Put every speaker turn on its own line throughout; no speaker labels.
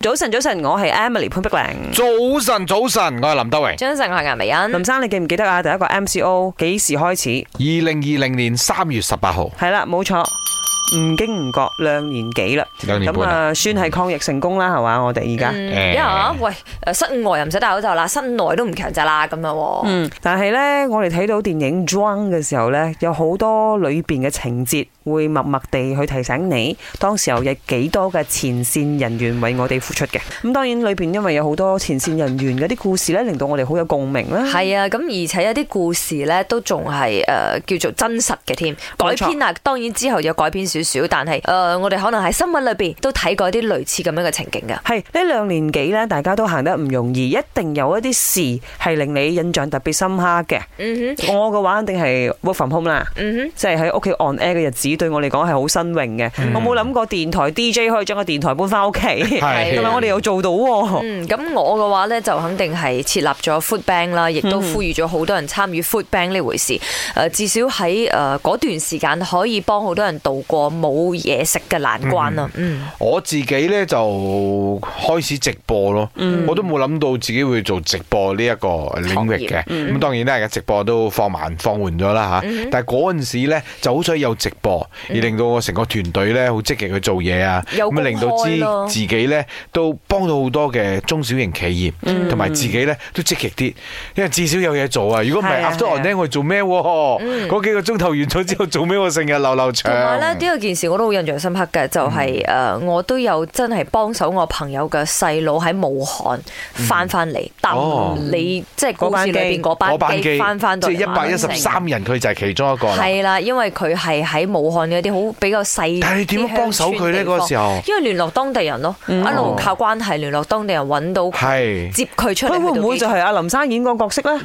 早晨，早晨，我係 Emily 潘碧玲。
早晨，早晨，我係林德榮。
早晨，我係顏美欣。
林生，你記唔記得啊？第一個 MCO 幾時開始？
二零二零年三月十八號，
係啦，冇錯，唔經唔覺兩年幾啦。
兩年
咁
半啦。
啊，算係抗疫成功啦，係嘛？我哋而家。
誒
嗯因為啊，喂，誒室外又唔使戴口罩啦，室內都唔強制啦，咁樣喎。
嗯，但係呢，我哋睇到電影《Drunk》嘅時候呢，有好多裏邊嘅情節會默默地去提醒你，當時候有幾多嘅前線人員為我哋付出嘅。咁當然裏邊因為有好多前線人員嗰啲故事呢，令到我哋好有共鳴啦。
係啊，咁而且有啲故事咧都仲係誒叫做真實嘅添，改
冇錯
編啊，當然之後有改編少少，但係誒、呃我哋可能喺新聞裏邊都睇過一啲類似咁樣嘅情景㗎。
係呢兩年幾呢，大家都行得唔容易，一定有一啲事係令你印象特別深刻嘅。
嗯哼，
我嘅話一定係 work from home 啦，
嗯
即係喺屋企 on air 嘅日子，對我嚟講係好新穎嘅。我冇諗過電台 DJ 可以將個電台搬翻屋企，
係
同 埋我哋又做到
哼，
喎。
嗯，咁我嘅話咧就肯定係設立咗 food bank 啦，亦都
嗯
呼籲咗好多人參與 food bank 呢回事。誒、至少喺誒嗰段時間可以幫好多人度過冇嘢食嘅難關啦。嗯
我自己呢就開始直播咯，
嗯
我都冇諗到自己會做直播呢一個領域嘅。
嗯
咁當然啦，而家直播都放慢放緩咗啦吓。但係嗰陣時呢就好想有直播，而令到我成個團隊呢好積極去做嘢啊，
嗯有
咁啊令
公開
到
咯
知自己呢都幫到好多嘅中小型企
嗯
業，同埋自己呢都積極啲，因為至少有嘢做啊。如果唔係
係啊
after
係啊
on 呢，我做咩喎？嗰幾個鐘頭完咗之後做咩？我成日流流長。
嗯同埋咧，呢個件事我都好印象深刻嘅，就係、
嗯
誒、我都有真係幫手我朋友嘅細佬喺武漢翻翻嚟，搭
嗯哦
你即係故事裏邊嗰
嗰
班機翻翻到
即係一百一十三人，佢就係其中一個啦。
係啦，因為佢係喺武漢嘅一啲好比較細，
但係你點樣幫手佢呢嗰個時
候？
候嗯
因為聯絡當地人咯，一路靠關係聯絡當地人揾
哦
到
係，
接佢出嚟。
佢會唔會就
去
係阿林生演個角色呢？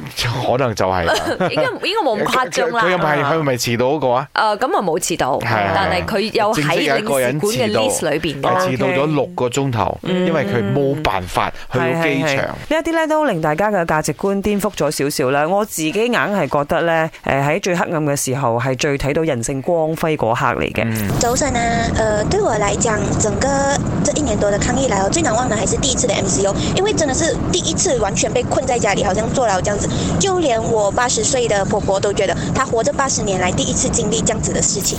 可能就係啦。
到機應 該應該 冇咁誇張啦。
佢佢又咪係佢咪遲到嗰個啊？
誒咁啊冇遲到，
係
但係佢有
正式
喺
有一個
領事
人
館嘅
遲到
list 裏邊嗯
係
嘅。
遲到
OK
咗六個鐘頭，因為佢冇辦法去到機
係係係
場
呢。一啲咧都令大家嘅價值觀顛覆咗少少啦。我自己硬係覺得呢，誒喺最黑暗嘅時候係最睇到人性光輝嗰刻嚟嘅。
嗯
早晨啊，呃，对我来讲，整个这一年多的抗疫来哦，最难忘的还是第一次的 MCO，因为真的是第一次完全被困在家里，好像坐牢这样子。就连我八十岁的婆婆都觉得，她活这八十年来第一次经历这样子的事情。